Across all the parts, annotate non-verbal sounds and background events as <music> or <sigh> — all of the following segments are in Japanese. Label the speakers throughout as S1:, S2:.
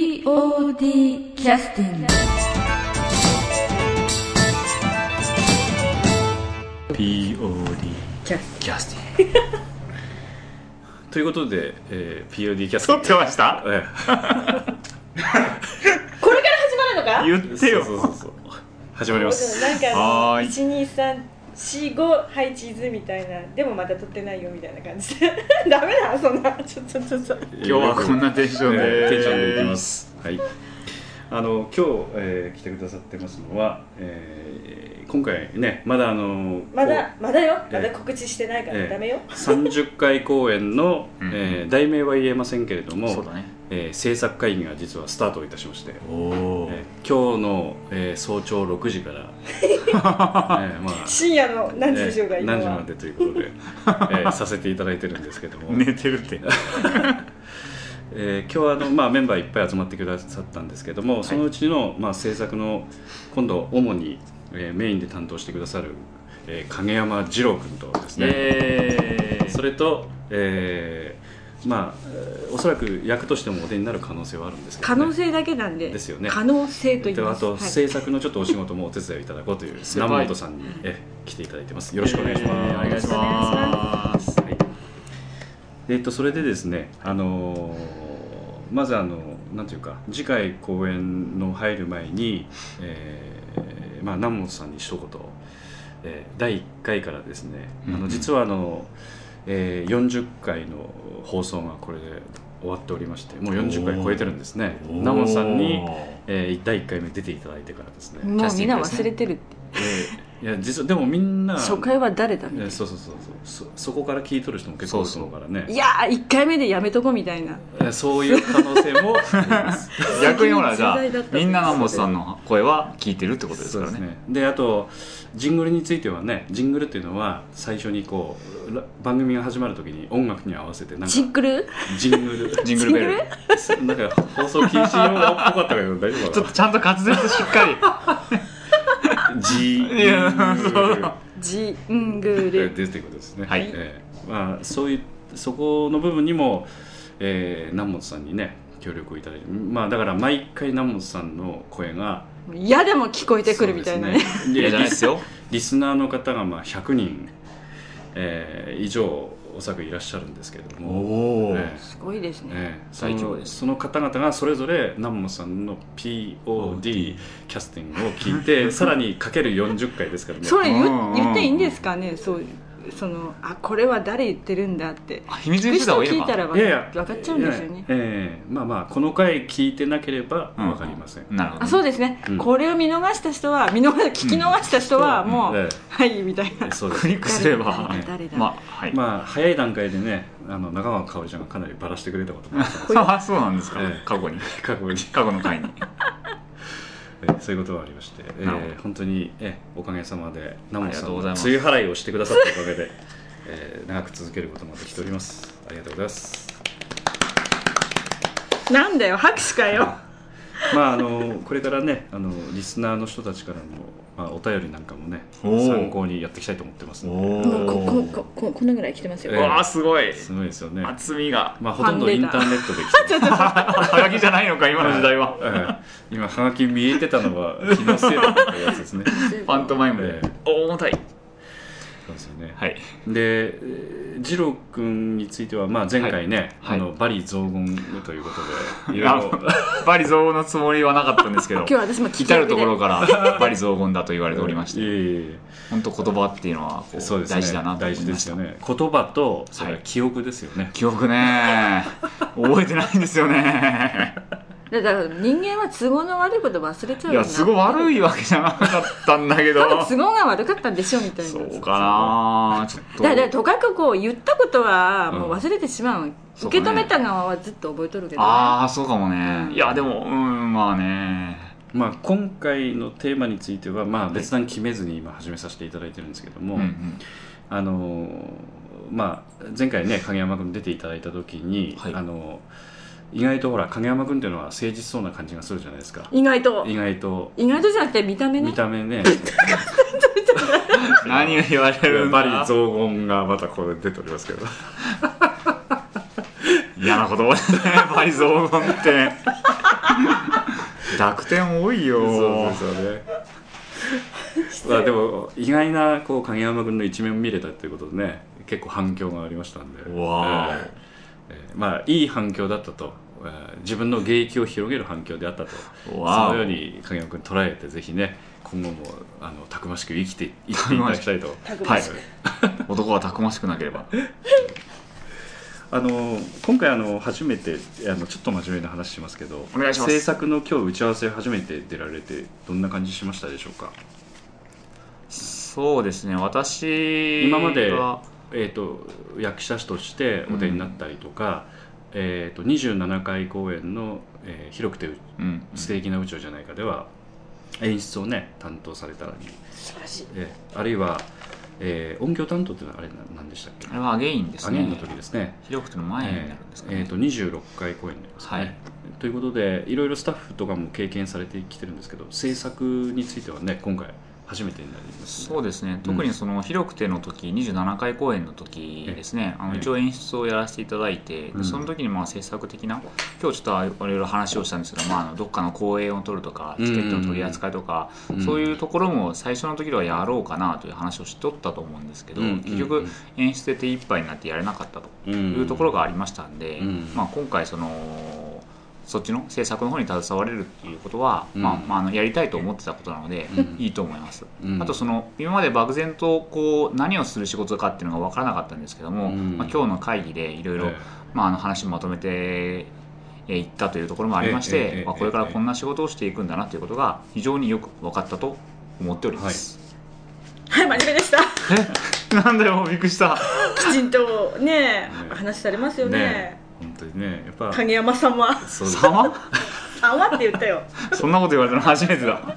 S1: POD キャスティング
S2: POD
S1: キャス
S2: キャスティング <laughs> ということで、えー、POD キャスティ
S3: 撮
S2: ン
S3: っ
S2: グ
S3: てました
S2: え
S4: これから始まるのか
S3: 言
S2: え
S3: ってよ
S2: そうそうそうそう始まります
S4: なんか
S3: は
S4: あ
S3: ーい
S4: の1234はいチーズみたいなでもまだ撮ってないよみたいな感じで <laughs> ダメだそんなちょちょちょちょ
S2: 今
S3: 今日はこんなテンションで
S2: テンションでいきますはいあの今日、えー来てくださってますのは、えー今回ねまだあの
S4: まだまだよ
S2: ええ
S4: まだ告知してないから、
S2: ええ
S4: ダメよ
S2: 30回公演の、
S3: うん
S2: えー題名は言えませんけれども、
S3: そうだね
S2: えー制作会議が実はスタートいたしまして、
S3: おお
S2: えー今日の、えー早朝6時
S4: <laughs>
S2: から、えーまあ
S4: 深夜の何時でしょうか、
S2: えー
S4: 今
S2: 何時ま
S4: は
S2: でということで、えーさせていただいてるんですけども、
S3: 寝てるって
S2: えー今日はあの、まあ、メンバーいっぱい集まってくださったんですけども、そのうちの、まあ、制作の今度主に、えーメインで担当してくださる、えー影山二郎君とですね、
S3: えー
S2: それと、えーまあえーおそらく役としてもお出になる可能性はあるんですけど、
S1: 可能性だけなんで
S2: ですよね
S1: 可能性と言い
S2: と
S1: ま
S2: あ
S1: す
S2: と、
S1: はい
S2: 制作のちょっとお仕事もお手伝いをいただこうという
S3: すごい
S2: 南本さんに、えー来ていただいてますよろしくお願いします、
S3: えーお願いします
S2: はい、えっとそれでですね、あのーまずあのなんていうか次回公演の入る前に、えーまあ南本さんに一言、えー第1回からですね、あ
S3: うんう
S2: の
S3: ん
S2: 実はあの、えー40回の放送がこれで終わっておりましてもう40回超えてるんですね
S3: おー
S2: 南本さんに、えー第1回目出ていただいてからですね、
S1: もうみんな忘れてるって、
S2: えーいや実はでもみんな
S1: 初回は誰だ
S2: え
S1: みたい
S2: ーそうそうそうそうそそこから聞いとる人も結構いると思うからね
S1: ないやー1回目でやめとこみたいな
S2: えーそういう可能性もあり
S3: <laughs>
S2: ます
S3: 逆にほらじゃあ
S1: 重大だったんです
S3: みんな南本さんの声は聞いてるってことですからね
S2: であとジングルについてはねジングルっていうのは最初にこうら番組が始まる時に音楽に合わせてなんか
S1: ジンクル
S2: ジングル
S3: <laughs> ジングルベル
S1: ジン
S2: <laughs> なんか放送禁止用語っぽかったけど大丈夫
S3: ち
S2: か
S3: ょっとちゃんと滑舌しっかり
S2: なジングル
S3: いやそう
S1: ジング
S2: え
S1: ル
S2: ですということですね
S3: はい
S2: ええまあそういうそこの部分にも、えー、南本さんにね協力をいただいてまあだから毎回南本さんの声が
S1: 嫌でも聞こえてくるみたいなね
S2: そう
S3: い
S2: で
S3: や
S2: す
S3: じゃないですよ
S2: リスナーの方がまあ100人、えー以上おそらくいらっしゃるんですけれども、
S3: お
S2: ええ
S1: すごいですね
S2: ええその
S3: 大規模です
S2: その方々がそれぞれ南本さんの POD キャスティングを聞
S1: <laughs>
S2: いてさらにかける40回ですからね
S1: それ言
S3: うんうん
S1: う言っていいんですかねそうそのあこれは誰言ってるんだって
S3: 秘密
S1: 聞
S3: に
S1: く
S3: してた方
S1: 人
S3: がいい
S1: 聞
S3: の
S1: いた
S3: から
S1: わ
S2: いやいや
S1: 分かっちゃうんですよね
S2: ええええまあまあこの回聞いてなければ
S3: うん
S2: わかりません、
S3: なるほど
S1: あそうですね、
S2: うん
S1: これを見逃した人は見逃聞き逃した人は
S3: うん
S1: もう、
S2: え
S1: はいみたいな
S2: えそうで
S3: ク
S2: す
S3: リックすれば
S1: 誰だ誰だ
S3: まあはい
S2: まあ早い段階でねあの中川かおりちゃんがかなりバラしてくれたこともあったんです
S3: あそうなんですか
S2: ええ
S3: 過去に
S2: 過去に
S3: 過去の回に
S2: えーそういうことがありまして、えー
S3: なるほど
S2: 本当に、えーおかげさまでナモ
S3: ありが
S2: さ
S3: と
S2: ん
S3: う
S2: の
S3: ご
S2: 梅
S3: ざい
S2: 雨
S3: ます
S2: 払いをしてくださったおかげで、えー長く続けることができておりますありがとうございます
S1: なんだよ拍手かよ
S2: まああのこれからねあのリスナーの人たちからの、まあ、お便りなんかもね
S3: おー
S2: 参考にやっていきたいと思ってますの
S3: お
S2: で
S1: もうこここここんなぐらい来てますよ、
S2: ええ
S3: わあすごい
S2: すごいですよね
S3: 厚みが
S2: まあほとんどインターネットで来てる
S3: <laughs> はがきじゃないのか今の時代は
S2: えー今はがき見えてたのは気のせいだったやつですね
S1: そういえば
S3: パントマイムで
S2: ええ
S3: お重たい
S2: そうですよね
S3: はい
S2: で、えー二郎君については、まあ、前回ね、
S3: はい
S2: あのバリ雑言ということ
S3: <laughs>
S2: で、いろいろ
S3: バリ雑言のつもりはなかったん
S2: <laughs>
S3: ですけど
S1: 今日私も聞き
S3: 至
S1: 上
S3: る
S1: げで
S3: 所からバリ雑言だと言われておりまし
S2: い
S3: て
S2: えいえい
S3: 本当言葉っていうのはこ
S2: え
S3: う
S2: そうですね
S3: 大事だなと
S2: 大
S3: 思い
S2: 事
S3: ま
S2: で
S3: し
S2: す
S3: た
S2: よね言葉とそれは記憶ですよね、
S3: 記憶ね覚えてないんですよね
S1: だから人間は都合の悪いこと忘れちゃう
S3: い
S1: よな
S3: やすごい悪いわけじゃなかったんだけ
S1: <laughs>
S3: ど
S1: 多分都合が悪かったんでしょみたいな
S3: そうかなちょっと
S1: だからとかくこう言ったことは
S2: うん
S1: もう忘れてしまう、
S3: そうか
S1: 受
S3: ね
S1: け止めた側はずっと覚えとるけどね、
S3: ああそうかもね、
S1: うん
S3: いやでもうんまあね
S2: まあ、今回のテーマについては、まあ、別段決めずに今始めさせていただいてるんですけども、
S3: うんうん
S2: あのーまあ、前回ね影山君出ていただいた時に、
S3: はい
S2: あのー意外とほら影山君っていうのは誠実そうな感じがするじゃないですか
S1: 意外と
S2: 意外と
S1: 意外とじゃなくて見た目ね
S2: 見た目
S3: <laughs>
S2: ね
S3: 何を言われるんだ
S2: バリ雑言がまたこれ出ておりますけど
S3: い嫌な言葉だね倍増言 <laughs> って濁点多いよ
S2: そうですよね <laughs> まあでも意外なこう影山君の一面を見れたということでね結構反響がありましたんで
S3: わー
S2: えーえーまあいい反響だったと、えー自分の芸域を広げる反響であったと
S3: わー
S2: そのように影山君捉えてぜひね今後もあのたくましく生きて生きていただきたいと
S4: たく
S3: は
S4: ま
S3: い
S4: しく、
S3: 男はたくましくなければ
S2: あの今回あの初めてあのちょっと真面目な話しますけど
S3: お願いします
S2: 制作の今日打ち合わせ初めて出られてどんな感じしましたでしょうか
S3: そうですね私
S2: 今まで
S3: は
S2: えー、と役者としてお出になったりとか、えー、と27回公演の、えー広くて
S3: うん
S2: 素敵な宇宙じゃないか」では演出をね担当されたり、
S4: 素晴らしい
S2: えーあるいは、えー音響担当っていうのはあれな何でしたっけ
S3: あれはアゲインです
S2: ア
S3: ね
S2: ニメの時ですね
S3: 広くても前になるんですかね、
S2: えーえーと26回公演になりますね、
S3: はい
S2: ということでいろいろスタッフとかも経験されてきてるんですけど制作についてはね今回初めてになりますね、
S3: そうですね特にその広くての時27回公演の時ですねあの
S2: ええ
S3: 一応演出をやらせていただいて、で
S2: うん
S3: その時にまあ制作的な今日ちょっとあいろいろ話をしたんですけど、まあ、あのどっかの公演を取るとか
S2: うん
S3: チケットの取り扱いとか、
S2: うん
S3: そういうところも最初の時ではやろうかなという話をしとったと思うんですけど、
S2: うん
S3: 結局演出で手一杯になってやれなかったと
S2: うん
S3: いうところがありましたんで、
S2: うん
S3: まあ、今回そのそっちの制作の方に携われるっていうことは、
S2: うん
S3: まあまあ、あのやりたいと思ってたことなので、
S2: うん
S3: いいと思います、
S2: うん
S3: あとその今まで漠然とこう何をする仕事かっていうのが分からなかったんですけども、
S2: うん
S3: まあ、今日の会議でいろいろ
S2: ええ
S3: まあ、あの話をまとめていったというところもありまし
S2: えええ
S3: て
S2: え、
S3: まあ、これからこんな仕事をしていくんだなということが非常によく分かったと思っております、
S4: はい真面目でした
S3: なんだよびっくりした
S4: きちんとね
S2: ね
S4: 話されますよね
S2: ね本当にねやっぱ
S4: 影山様
S2: そうです
S3: 様
S4: 様って言ったよ
S3: そんなこと言われたの初めてだ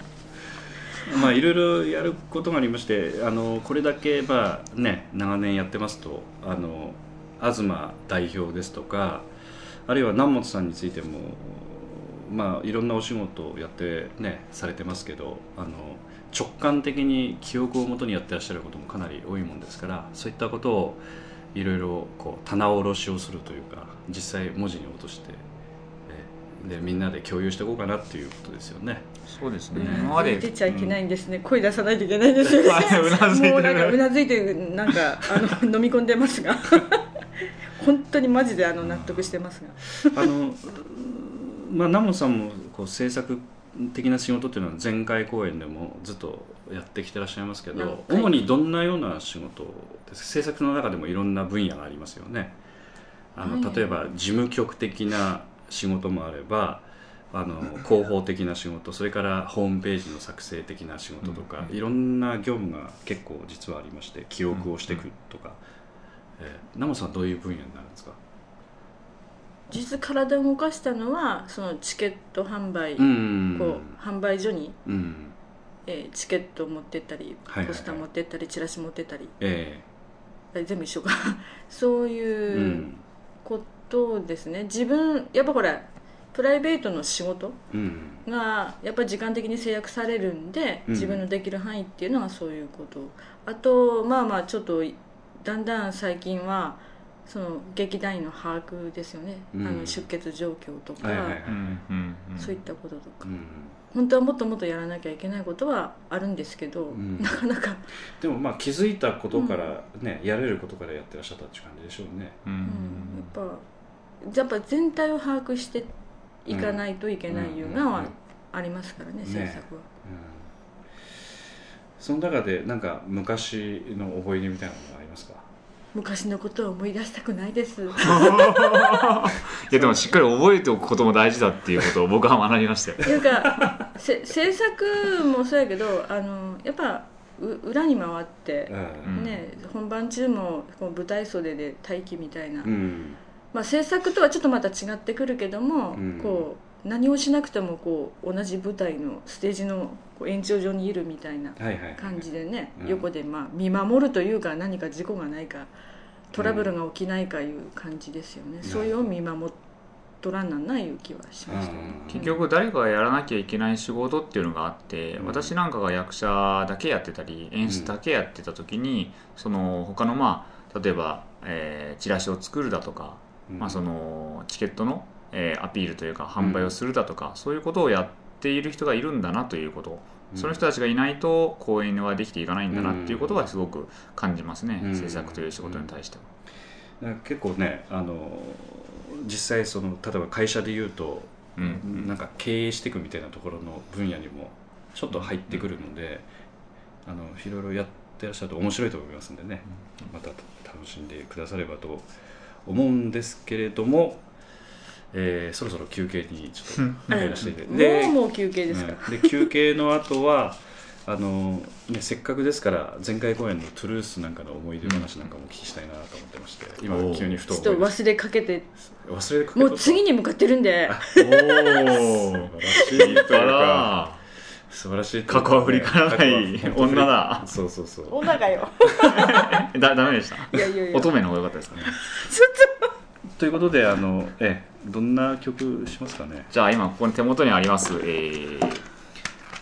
S2: まあいろいろやることがありましてあのこれだけまあね長年やってますとあの東代表ですとかあるいは南本さんについてもまあいろんなお仕事をやってねされてますけどあの直感的に記憶をもとにやってらっしゃることもかなり多いもんですからそういったことをいろいろこう棚卸しをするというか実際文字に落としてえでみんなで共有していこうかなっていうことですよね。
S3: そうですね
S2: ね
S3: 今まで
S4: 出ちゃいけないんですね、声出さないといけな
S2: <laughs>
S4: いですよね
S3: はいうなずいて
S4: も
S3: る
S4: うなんかうなずいてなんかあの飲み込んでますが <laughs> 本当にマジであの納得してますが
S2: あの、まあ、ナモさんもこう制作的な仕事っていうのは前回公演でもずっとやってきてらっしゃいますけ
S4: 何
S2: ど
S4: 回
S2: 主にどんなような仕事ですか制作の中でもいろんな分野がありますよねあの、
S4: はい
S2: 例えば事務局的な仕事もあればあの広報的な仕事それからホームページの作成的な仕事とか、
S3: うん
S2: いろんな業務が結構実はありまして記憶をしていくとか、えーナモさんはどういう分野になるんですか、
S4: 実体を動かしたのはそのチケット販売、
S2: うん
S4: こう販売所に、
S2: うん
S4: えーチケットを持ってったり
S2: はいはいはい
S4: ポスター持ってったりチラシ持ってったり
S2: え
S4: あれ全部一緒か <laughs> そう
S2: え
S4: いううことですね、自分やっぱほらプライベートの仕事
S2: うん
S4: がやっぱり時間的に制約されるんで、
S2: うん
S4: 自分のできる範囲っていうのはそういうことあとまあまあちょっとだんだん最近はその劇団員の把握ですよね、
S2: うん
S4: あの出血状況とか、
S2: はいはいはい、
S3: うんうんうん
S4: そういったこととか、
S2: うん
S4: 本当はもっともっとやらなきゃいけないことはあるんですけど、
S2: ん
S4: なかなか、
S2: でもまあ気づいたことからね、やれることからやってらっしゃったっていう感じでしょうね
S3: うんう
S4: うん
S3: ん
S4: やっぱやっぱ全体を把握していかないといけないいうの
S2: うん
S4: は
S2: うん
S4: ありますからね、
S2: ね
S4: 制作は。
S2: その中でなんか昔の思い出みたいなのがありますか
S4: 昔のことは思い出したくないで
S2: <laughs>
S4: す。
S3: いやでもしっかり覚えておくことも大事だっていうことを僕は学びましたよ
S4: っていうかせ制作もそうやけどあのやっぱう裏に回って、
S2: うん
S4: ね、本番中もこう舞台袖で待機みたいな、
S2: うん
S4: まあ、制作とはちょっとまた違ってくるけども、
S2: うん
S4: こう何をしなくてもこう同じ舞台のステージのこう延長上にいるみたいな
S2: はいはい
S4: 感じでね、
S2: うん
S4: 横でまあ見守るというか何か事故がないかトラブルが起きないかいう感じですよね、そういうのを見守っとらんなんないいう気はしましたね。
S2: うん
S3: 結局誰かがやらなきゃいけない仕事っていうのがあって、
S2: うん
S3: 私なんかが役者だけやってたり演出だけやってた時に、その他のまあ例えば、えーチラシを作るだとか
S2: うん
S3: まあ、そのチケットの、えーアピールというか販売をするだとか、そういうことをやっている人がいるんだなということ、その人たちがいないと公演はできていかないんだなっていうことはすごく感じますね、
S2: うん
S3: 制作という仕事に対しては。
S2: なんか結構ねあの実際その例えば会社で言うと、
S3: うん
S2: なんか経営していくみたいなところの分野にもちょっと入ってくるので、あのいろいろやってらっしゃると面白いと思いますんでね、また楽しんでくださればと思うんですけれども、えーそろそろ休憩にちょっと入らせていただいてで
S4: もうもう休憩ですか、
S2: うんで休憩の後はあのね、せっかくですから前回公演のトゥルースなんかの思い出話なんかもお聞きしたいなと思ってまして今
S3: おー
S2: 急にふと
S4: ちょっ
S2: 思
S4: と
S2: い出し
S4: 忘れかけて
S2: た忘れかけ
S4: もう次
S2: に
S4: に向かってるんで
S3: お <laughs> ー
S2: 素晴らしいというか
S3: あ
S2: 素晴らしいという
S3: 過去は振り返らない
S2: 過去は
S3: 女だ
S2: そうそうそう
S1: 女がよ
S3: らだダメでした
S4: いやいやいや
S3: 乙女の方が良かったですかね
S2: ということであのええどんな曲しますかね
S3: じゃあ今ここに手元にあります、えー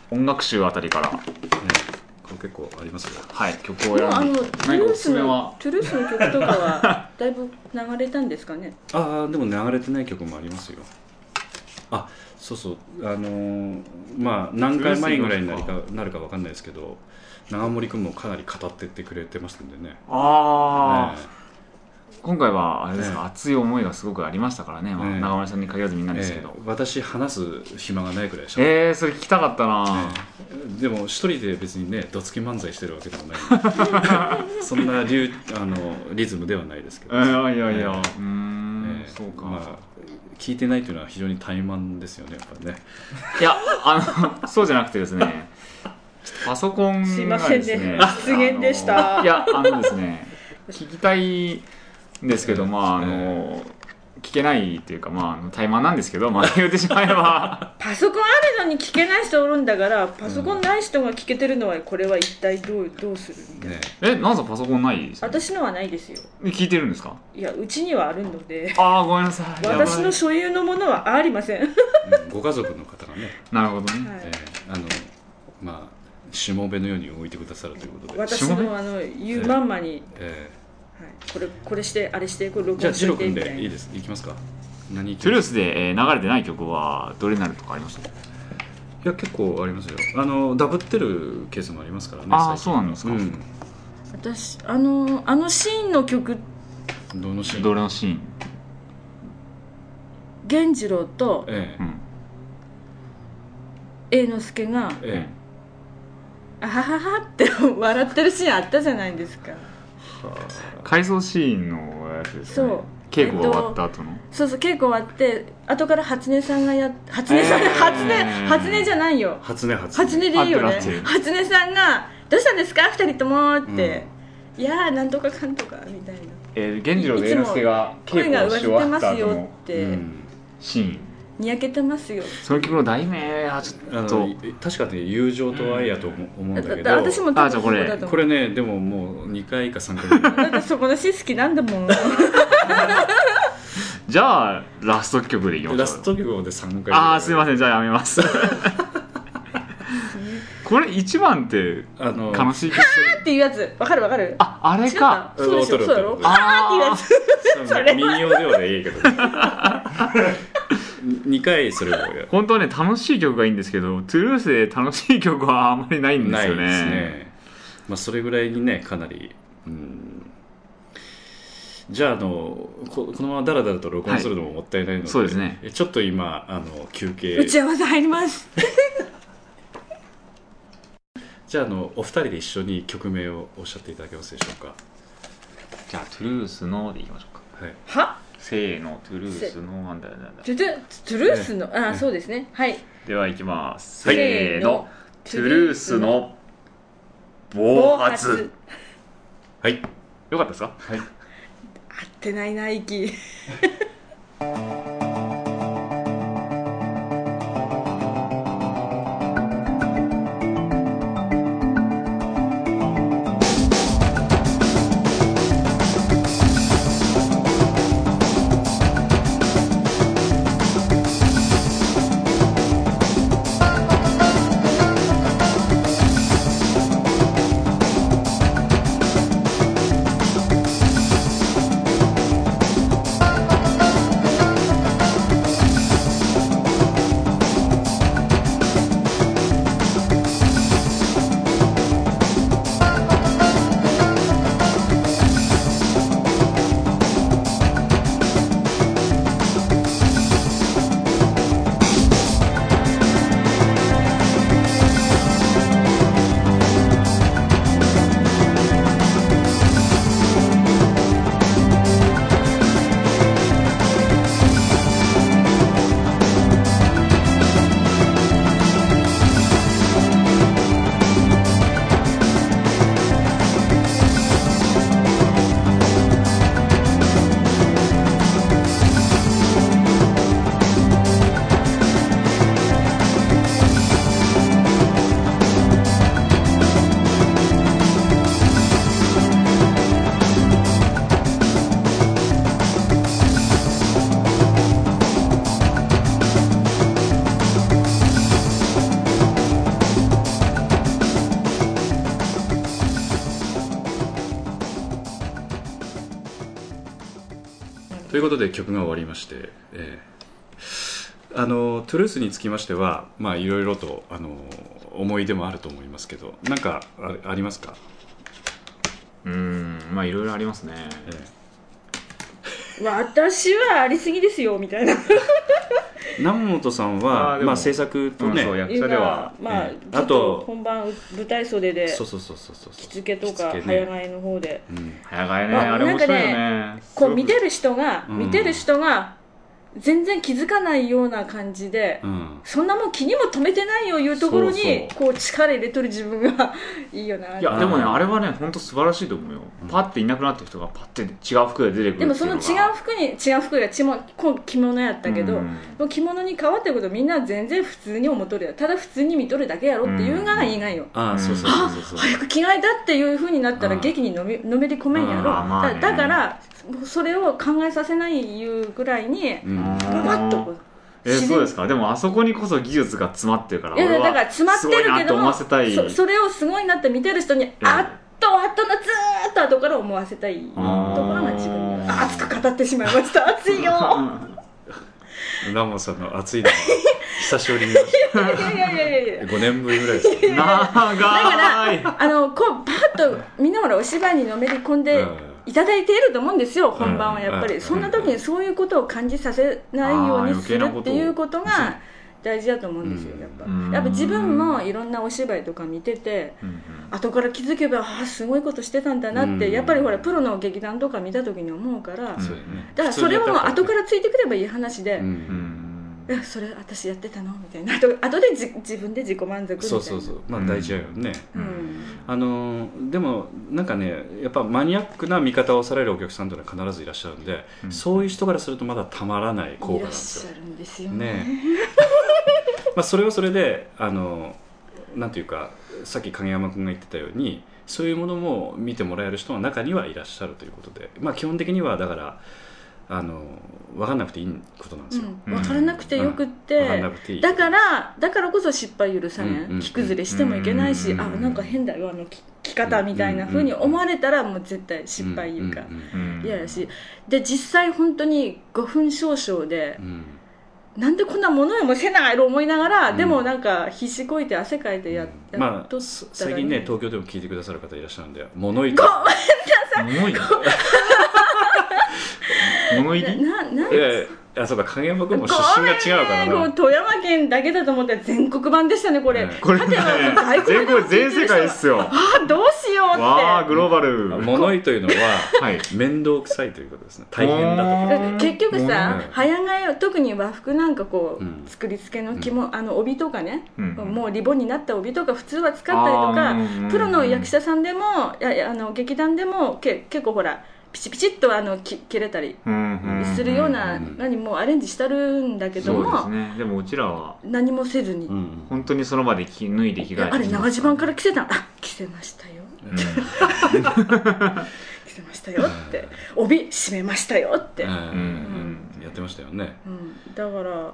S3: 音楽集あたりから、
S2: ええこれ結構ありますよ
S3: はい、曲
S4: も
S3: を
S4: う
S3: 選
S4: あ
S3: ん
S4: の
S3: で
S4: ト
S3: いただ
S4: ゥ
S3: いて何
S4: ル
S3: かお
S4: ー
S3: すす
S4: ス
S3: め
S4: の
S3: は
S4: トゥルースの曲とかはだいぶ流れたんですかね
S2: ああでも流れてない曲もありますよあそうそうあのーまあ何回前ぐらいになるかなるかわかんないですけど長森君もかなり語ってってくれてましたんでね
S3: ああ、
S2: え
S3: 今回はあれですか、
S2: ええ
S3: 熱い思いがすごくありましたからね、まあ
S2: ええ
S3: 中村さんに限らずみんな
S2: え
S3: ですけど
S2: え、え私話す暇がないくらいでした、
S3: えー、それ聞きたかったな、
S2: でも一人で別にねどつき漫才してるわけでも
S3: <laughs>
S2: ないんでそんな流あのリズムではないですけど、
S3: えーいやいやいや、
S2: ええ
S3: うーん、
S2: ええ
S3: そうか、
S2: まあ、聞いてないというのは非常に怠慢ですよねやっぱりね
S3: いやあのそうじゃなくてですねちょっとパソコン
S4: すい
S3: が
S4: ませ
S3: で
S4: んね
S3: すね
S4: 失言でした
S3: あのいやあのですね聞きたいんですけどまああの、聞けないっていうかまああの怠慢なんですけどまあ言ってしまえ <laughs> ば
S4: パソコンあるのに聞けない人おるんだからパソコンない人が聞けてるのはこれは一体どうどうするみたいな、
S2: ね
S3: えなんさんパソコンないですよね
S4: 私のはないですよ
S3: え聞いてるんですか
S4: いやうちにはあるので
S3: ああごめんなさいやばい
S4: 私の所有のものはありませんは
S2: うんご家族の方がね、
S3: なるほどね、
S2: え
S4: い
S2: えあのまあしもべのように動いてくださるということで、
S4: 私のあの言うまんまに、
S2: え
S4: はい、これこれしてあれしてこれ
S2: え
S4: 録
S2: じゃあ
S4: 音し
S2: ジ
S4: と
S2: ロ
S4: いて
S2: 君
S4: みたいな
S2: でいいですいきますか何いき
S3: トゥル
S2: ま
S3: ー
S2: す
S3: スで、えー流れてない曲はどれになるとかあります
S2: いや結構ありますよあのダブってるケースもありますからね
S3: あー
S2: 最近
S3: そうなんですか
S4: 私あのあのシーンの曲
S2: うん、どのシーン
S3: どれのシーン、
S4: 源次郎と
S2: え
S3: う
S2: え
S4: 栄
S3: ん
S4: 之助が
S2: ええ
S4: 「あははは」って <laughs> 笑ってるシーンあったじゃないですか
S3: 回想シーンのやつですね
S4: そう
S3: 稽古が終わった後の、
S4: そうそう稽古終わって後から初音さんがやっ初音さんが、初音初音じゃないよ
S2: 初音初
S4: 初音でいいよ
S3: 合っ
S4: ね
S3: てる合って
S4: 初音さんが「どうしたんですか二人とも」って「いやーなんとかかんとか」みたいな
S3: えー、源次郎と猿之助が
S4: 「
S3: 稽
S4: 声が上
S3: 古を
S4: が
S3: し
S4: っ
S3: 終わ
S4: て
S3: っ
S4: ま
S3: た
S4: す
S3: 後
S4: よ
S3: の」
S4: って、
S2: うん
S3: シーン
S4: にやけてますよ
S3: その曲の題名はちょ
S2: あ
S3: っ
S2: の
S3: と
S2: 確かに友情と愛やと思思うん
S4: だ
S2: だ
S4: だっ
S2: け
S4: て
S2: ど
S4: 私も
S3: あじゃあこれ
S4: だと思
S2: こ
S4: う
S2: れねでももう2回か3回ぐらい
S4: だってそこの詩好きなんだもん
S3: じゃあラスト曲でいきま <laughs> しょう
S2: ラスト曲で3回
S3: ああすいま
S2: ん
S3: せんじゃあやめます
S2: <laughs>
S3: これ一番って
S2: あの
S3: 悲しい曲
S4: っていうやつわかるわかる
S3: ああれか
S4: 違ったそうでしょ
S2: 踊る
S4: そうだろ
S2: 踊る
S3: あ
S4: あーっていうや
S2: それ民謡ではいいけど2回それをやる
S3: 本当はね楽しい曲がいいんですけどトゥルースで楽しい曲はあんまりないんで
S2: な
S3: す
S2: い
S3: よ
S2: です
S3: ね
S2: ねまあそれぐらいにねかなりうんじゃああのここのままダラダラと録音するのももったいないので、
S3: はいそうですね
S2: ちょっと今あの休憩
S4: つ打ち合わせ入ります
S2: じゃああのお二人で一緒に曲名をおっしゃっていただけますでしょうか
S3: じゃあトゥルースのでいきましょうか
S2: はい
S4: は
S3: せーのトゥルースのなんだなんだ
S4: トゥトゥトゥルースのあそうですねはい
S3: ではいきます
S4: せーの
S3: トゥルースの暴発
S2: はい
S3: よかったですか
S2: はい
S4: 合ってないな息
S5: 「
S2: ということで曲が終わりまして、えーあのトゥルースにつきましてはまあいろいろとあの思い出もあると思いますけどなんかあありますか、
S3: うーんまあいろいろありますね
S2: え
S4: <laughs> 私はありすぎですよみたいな
S2: ー南本さんは
S3: あーでも
S2: まあ制作とね、
S3: うんそうや役
S4: 今
S3: 者では
S4: まあ、
S2: ええ
S4: ちょ
S2: あ
S4: っ
S2: と
S4: と本番舞台袖で
S2: そうそうそうそうそう
S4: 着付けとか
S2: 着付けね
S4: 早替えの方で
S2: うん
S3: 早替えね
S4: まあ
S3: あれ面白いよね
S4: こう見てる人が、
S2: うん
S4: 見てる人が全然気づかないような感じで、
S2: うん
S4: そんなもん気にも留めてないよいうところに
S2: そう
S4: こう力入れとる自分が <laughs> いいよない
S3: やでもね
S2: うん
S3: あれはね本当素晴らしいと思うよ、
S2: うん
S3: パッていなくなった人がパッて違う服で出てくるって
S4: でもその違う
S3: いのが
S4: 服に違う服がちもこう着物やったけど、
S3: う
S4: も
S3: ん
S4: う着物に変わってることみんな全然普通に思っとるやただ普通に見とるだけやろっていうのがいいがよ、
S2: ああそうそう
S3: <laughs>
S2: そうそうそう
S4: 早く着替えたっていうふうになったら
S2: うん
S4: 劇にのめのめり込めんやろ、
S2: あー
S3: まあね
S4: だだからそれを考えさせないいうぐらいに
S2: うん
S4: ババッとこう
S3: え
S4: 自然
S3: そうですかでもあそこにこそ技術が詰まってるから
S4: いや
S3: 俺は
S4: だから詰まってる
S3: すごい
S4: け
S3: なと
S4: ど
S3: 思わ
S4: も
S3: せたい
S4: そそれをすごいなって見てる人に、あっとあっとのずーっと後から思わせたいところが自分には
S3: あー
S4: 熱く語ってしまいました熱
S3: <laughs>
S4: いよ
S2: 南本さんの熱いのが久しぶりに見まし
S4: いやいやいやいやい
S2: た5
S4: や
S2: 年ぶりぐらい
S3: <laughs>
S2: ですかね
S3: 長い
S4: あのこうパッとみんなほらお芝居にのめり込んでいただいていると思うんですよ本番はやっぱ
S2: うん
S4: りそんな時にそういうことを感じさせないよう
S3: あー
S4: に
S3: 余
S4: す
S3: 計
S4: る
S3: なことを
S4: っていうことが大事だと思うんですよやっぱ
S3: うん
S4: やっぱ自分もいろんなお芝居とか見てて
S3: うんうん
S4: 後から気づけばああすごいことしてたんだなって、
S2: うん
S4: やっぱりほらプロの劇団とか見た時に思うから、
S3: うん
S4: だ
S2: そうだよね
S4: からそれも
S2: 普通にやった
S4: 後からついてくればいい話で、
S2: う
S4: い
S3: うんん
S4: やそれ私やってたのみたいなあと後でじ自分で自己満足みたいな
S2: そうそうそうまあ
S3: うん
S2: 大事だよね
S4: うん
S2: あのーでもなんかねやっぱマニアックな見方をされるお客さんというのは必ずいらっしゃるんで
S3: うん
S2: そういう人からするとまだたまらない効果
S4: いら
S2: なん
S4: っ
S2: です
S4: し
S2: よ
S4: ゃるんですよね
S2: ねえまあそれはそれであのなんていうかさっき影山君が言ってたようにそういうものも見てもらえる人の中にはいらっしゃるということで、まあ、基本的にはだからあの分かんなくていいことなんですよ。
S4: うん、分からなくてよくって、
S2: 分かんなくていい
S4: だからだからこそ失敗許さない、
S2: うんうん
S4: 着崩れしてもいけないし、
S3: うん
S4: あなんか変だよあの着着方みたいな風に思われたらもう絶対失敗いうか、
S2: ん
S3: うん
S4: 嫌やしで実際本当に5分少々で
S2: うんうん
S4: なんでこんなものよもせないと思いながら、
S2: うん
S4: でもなんか必死こいて汗かいてや,、
S2: うん
S4: やっ
S2: ま
S4: と
S2: あ、
S4: ったら
S2: 最近ね東京でも聞いてくださる方いらっしゃるんで物言い
S4: <laughs>
S3: 物入り物入り
S4: ななん
S2: いやいやあそうか影山君も出身が違うから
S4: こう
S2: な
S4: 富山県だけだと思ったら全国版でしたねこれ、
S2: ね
S3: これね
S4: 外国でも
S3: 全
S4: 聞
S3: 国
S4: いてる
S3: 全
S4: 人
S3: 世界っすよ
S4: あどうしようって
S3: わあグローバル
S2: 物言いというのは
S3: はい
S2: 面倒くさいということですね大変だと
S3: おー
S4: 結局さ、
S2: うん
S4: 早替えを特に和服なんかこう、
S2: うん
S4: 作り付けの着も、あの帯とかね、
S3: うん
S4: もうリボンになった帯とか普通は使ったりとか、
S3: あーうん
S4: プロの役者さんでもいやいやあの劇団でもけ結構ほらピチピチっとあのき切れたり
S3: うん
S4: するような、
S2: うんうんうん
S4: 何もアレンジしたるんだけど
S3: そうで
S4: も、
S3: すねでもうちらは
S4: 何もせずに、
S2: うん
S3: 本当にその場で着脱いで着
S4: い
S3: 替え
S4: や
S3: て
S4: あれ長襦袢からら着せたのあ着せましたよ着せましたよって帯締めましたよって、
S2: うん
S3: うんうん
S2: やってましたよね
S4: うん、だから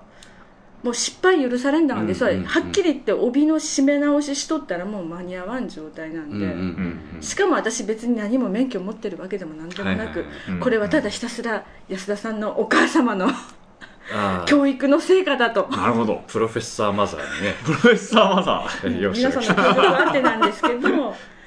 S4: もう失敗許されんだんで
S2: う
S4: さ、
S2: んうんうん
S4: はっきり言って帯の締め直ししとったらもう間に合わん状態な
S2: うんんう
S4: で、
S2: んうん
S4: しかも私別に何も免許持ってるわけでも何でもなく、
S2: はいはい
S3: うん
S4: これはただひたすら安田さんのお母様の
S2: あー
S4: 教育の成果だと
S3: なるほど
S2: プロフェッサーマザーにね
S3: プロフェッサーマザー
S2: よし
S4: 皆さんの教育があってなんですけど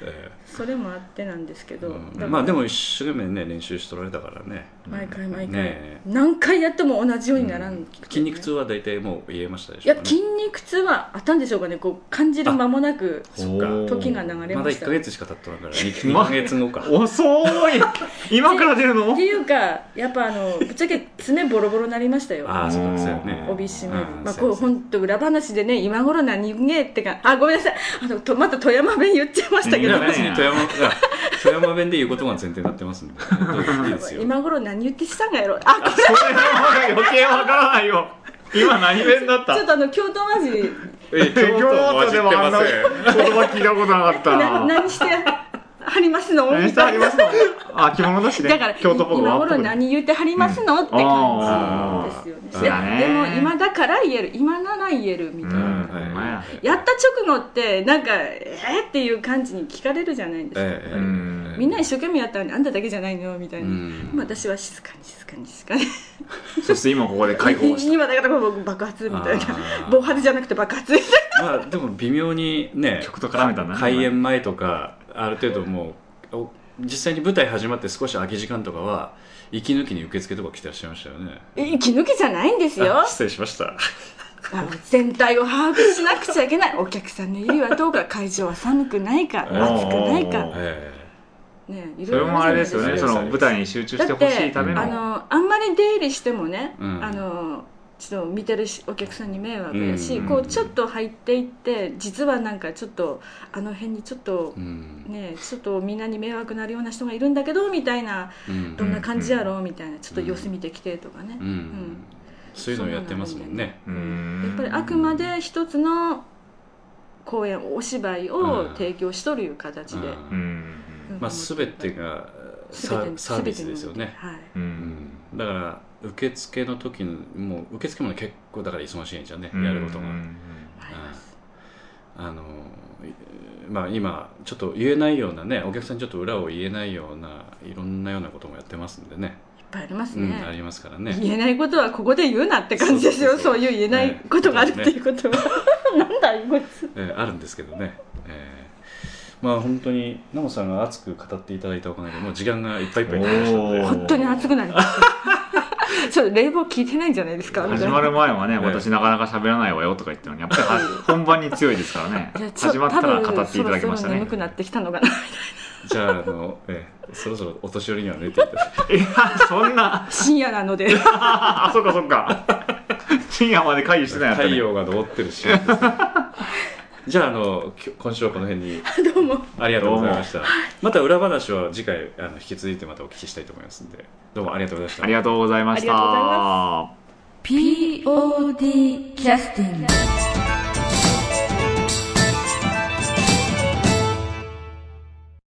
S2: え
S4: それもあってなんですけ
S2: え
S4: ど、
S2: うん
S4: だから
S2: まあでも一生懸命ね練習しとられたからね
S4: 毎回毎回、
S2: ねえ
S4: 何回やっても同じようにならん、
S2: 筋肉痛は大体もう言えましたで
S4: い
S2: しょう
S4: や
S2: かね
S4: 筋肉痛はあったんでしょうかねこう感じる間もなく
S2: そうか
S3: おー
S4: 時が流れ
S2: まだ
S4: まし
S2: 1
S4: た
S2: か月しか経ってない
S4: <laughs>
S2: から2か月後か
S3: 遅い今から出るの
S4: っていうかやっぱあのぶっちゃけ爪ボロボロになりましたよ
S2: ああそうだそうよね
S4: 帯締める
S2: うん
S4: まあ
S2: そう
S4: こ
S2: そう
S4: う本当裏話でね今頃何げってかあごめんなさいあのとまた富山弁言っちゃいました
S2: い
S4: けど
S2: や
S3: い
S2: 別に富山が富山弁で言うことが前提になってますんでどうぞいいですよ
S4: 今頃何言ってしたんがやろあ
S3: それは余計わからないよ今何弁だっ
S4: ちょったとあの京都マジ
S2: ええ
S3: 京都でもあんな言葉聞いたことなかった
S4: な
S3: な
S4: 何してやありますの
S3: 演
S4: み
S3: 出あ
S4: たい
S3: り
S4: な
S3: ますの <laughs> あ着物だしね
S4: だから
S3: 京都っぽく
S4: 今
S3: は
S4: 頃何言ってはりますの、って感じですよね
S3: あー
S4: ででも
S3: そうだね
S4: 今だから言える今なら言えるみ
S3: う
S4: た
S3: ん
S4: いな、
S3: ほんまや
S4: やった直後ってなんかえー、っていう感じに聞かれるじゃないですか、
S2: ええ
S3: うん
S4: みんな一生懸命やったのにあんただけじゃないのみたいな、
S2: うん
S4: まあ私は静かに静かに静かに
S3: そして今ここで解放し
S4: <laughs>
S3: た
S4: 今だから僕爆発みた
S2: あ
S4: いな
S2: ー
S4: 暴発じゃなくて爆発 <laughs> みたい
S2: まあでも微妙にね
S3: 曲と絡めたな
S2: 開演前とかある程度もうお実際に舞台始まって少し空き時間とかは息抜きに受付とか来てらっしゃいましたよね
S4: な息抜きじゃないんですよ
S2: あ失礼しました
S4: あの全体を把握しなくちゃいけないお客さんの入りはどうか会場は寒くないか暑くないか
S2: ええ
S4: ねい
S3: それ
S4: ろいろ
S3: もあ
S4: あ
S3: れ
S4: る
S3: で
S4: じ
S3: す
S4: ゃ
S3: よ
S4: ない
S3: ね
S4: です
S3: そ
S4: か
S3: の舞台に集中してほしいため
S4: あ
S3: の
S4: のあんまり出入りしてもね、
S2: うん
S4: あのちょっと見てるしお客さんに迷惑やし、
S2: うん
S4: こうちょっと入っていって実はなんかちょっとあの辺にちょっと
S2: うん
S4: ねちょっとみんなに迷惑なるような人がいるんだけどみたいな
S2: うん
S4: どんな感じやろうみたいなちょっと様子見てきてとかね、
S2: うんそういうのをやってますもんね
S3: うん
S4: やっぱりあくまで一つの公演お芝居を提供しとるいう形で、
S2: うん
S3: うん
S4: うん
S2: まあ全てがサ
S4: 全てに
S2: サービスですよね
S4: はい
S3: うん
S2: だから受付の時のもう受付もね結構だから忙しいんじゃんね、
S3: うん
S2: やることが、
S3: うん
S4: あります
S2: あのいまあ今ちょっと言えないようなねお客さんにちょっと裏を言えないようないろんなようなこともやってますんでね
S4: いっぱいあります
S2: うん、
S4: ね、
S2: ありますからね
S4: 言えないことはここで言うなって感じですよ
S2: そ
S4: そう
S2: そう
S4: う
S2: そう
S4: いう言えないことがあるっていうことは、 <laughs> なんだこいつ
S2: えーあるんですけどね、えーまあ本当にナモさんが熱く語っていただいたおかげでもう時間がいっぱいいっぱいになりましたので
S3: おー
S4: 本当に熱くなりますちょっと冷房効いてないんじゃないですかみた
S3: 始
S4: い
S3: ま
S4: な
S3: る前はね、
S2: ええ
S3: 私なかなか喋らないわよとか言ってたのに、やっぱりは本番に強いですからね
S4: いや。ちょ
S3: 始まったら語っていただき
S4: 多分そ
S3: ました
S4: ろそろ
S3: ね
S4: 眠。くなってきたのかな
S2: じゃああの、えーそろそろお年寄りには寝ていただいて
S3: いや、そんな、
S4: 深夜なので
S3: あ、そっかそっか。深夜まで会議してないやった
S2: 太
S3: ね
S2: 陽が昇ってるし、ね、じゃああのきょ今週はこの辺に
S4: どうも
S2: ありがとうございましたまた裏話は次回あの引き続いてまたお聞きしたいと思いますんでどうもありがとうございました
S3: ありがとうございました。
S4: ありがとうございま
S5: POD キャスティング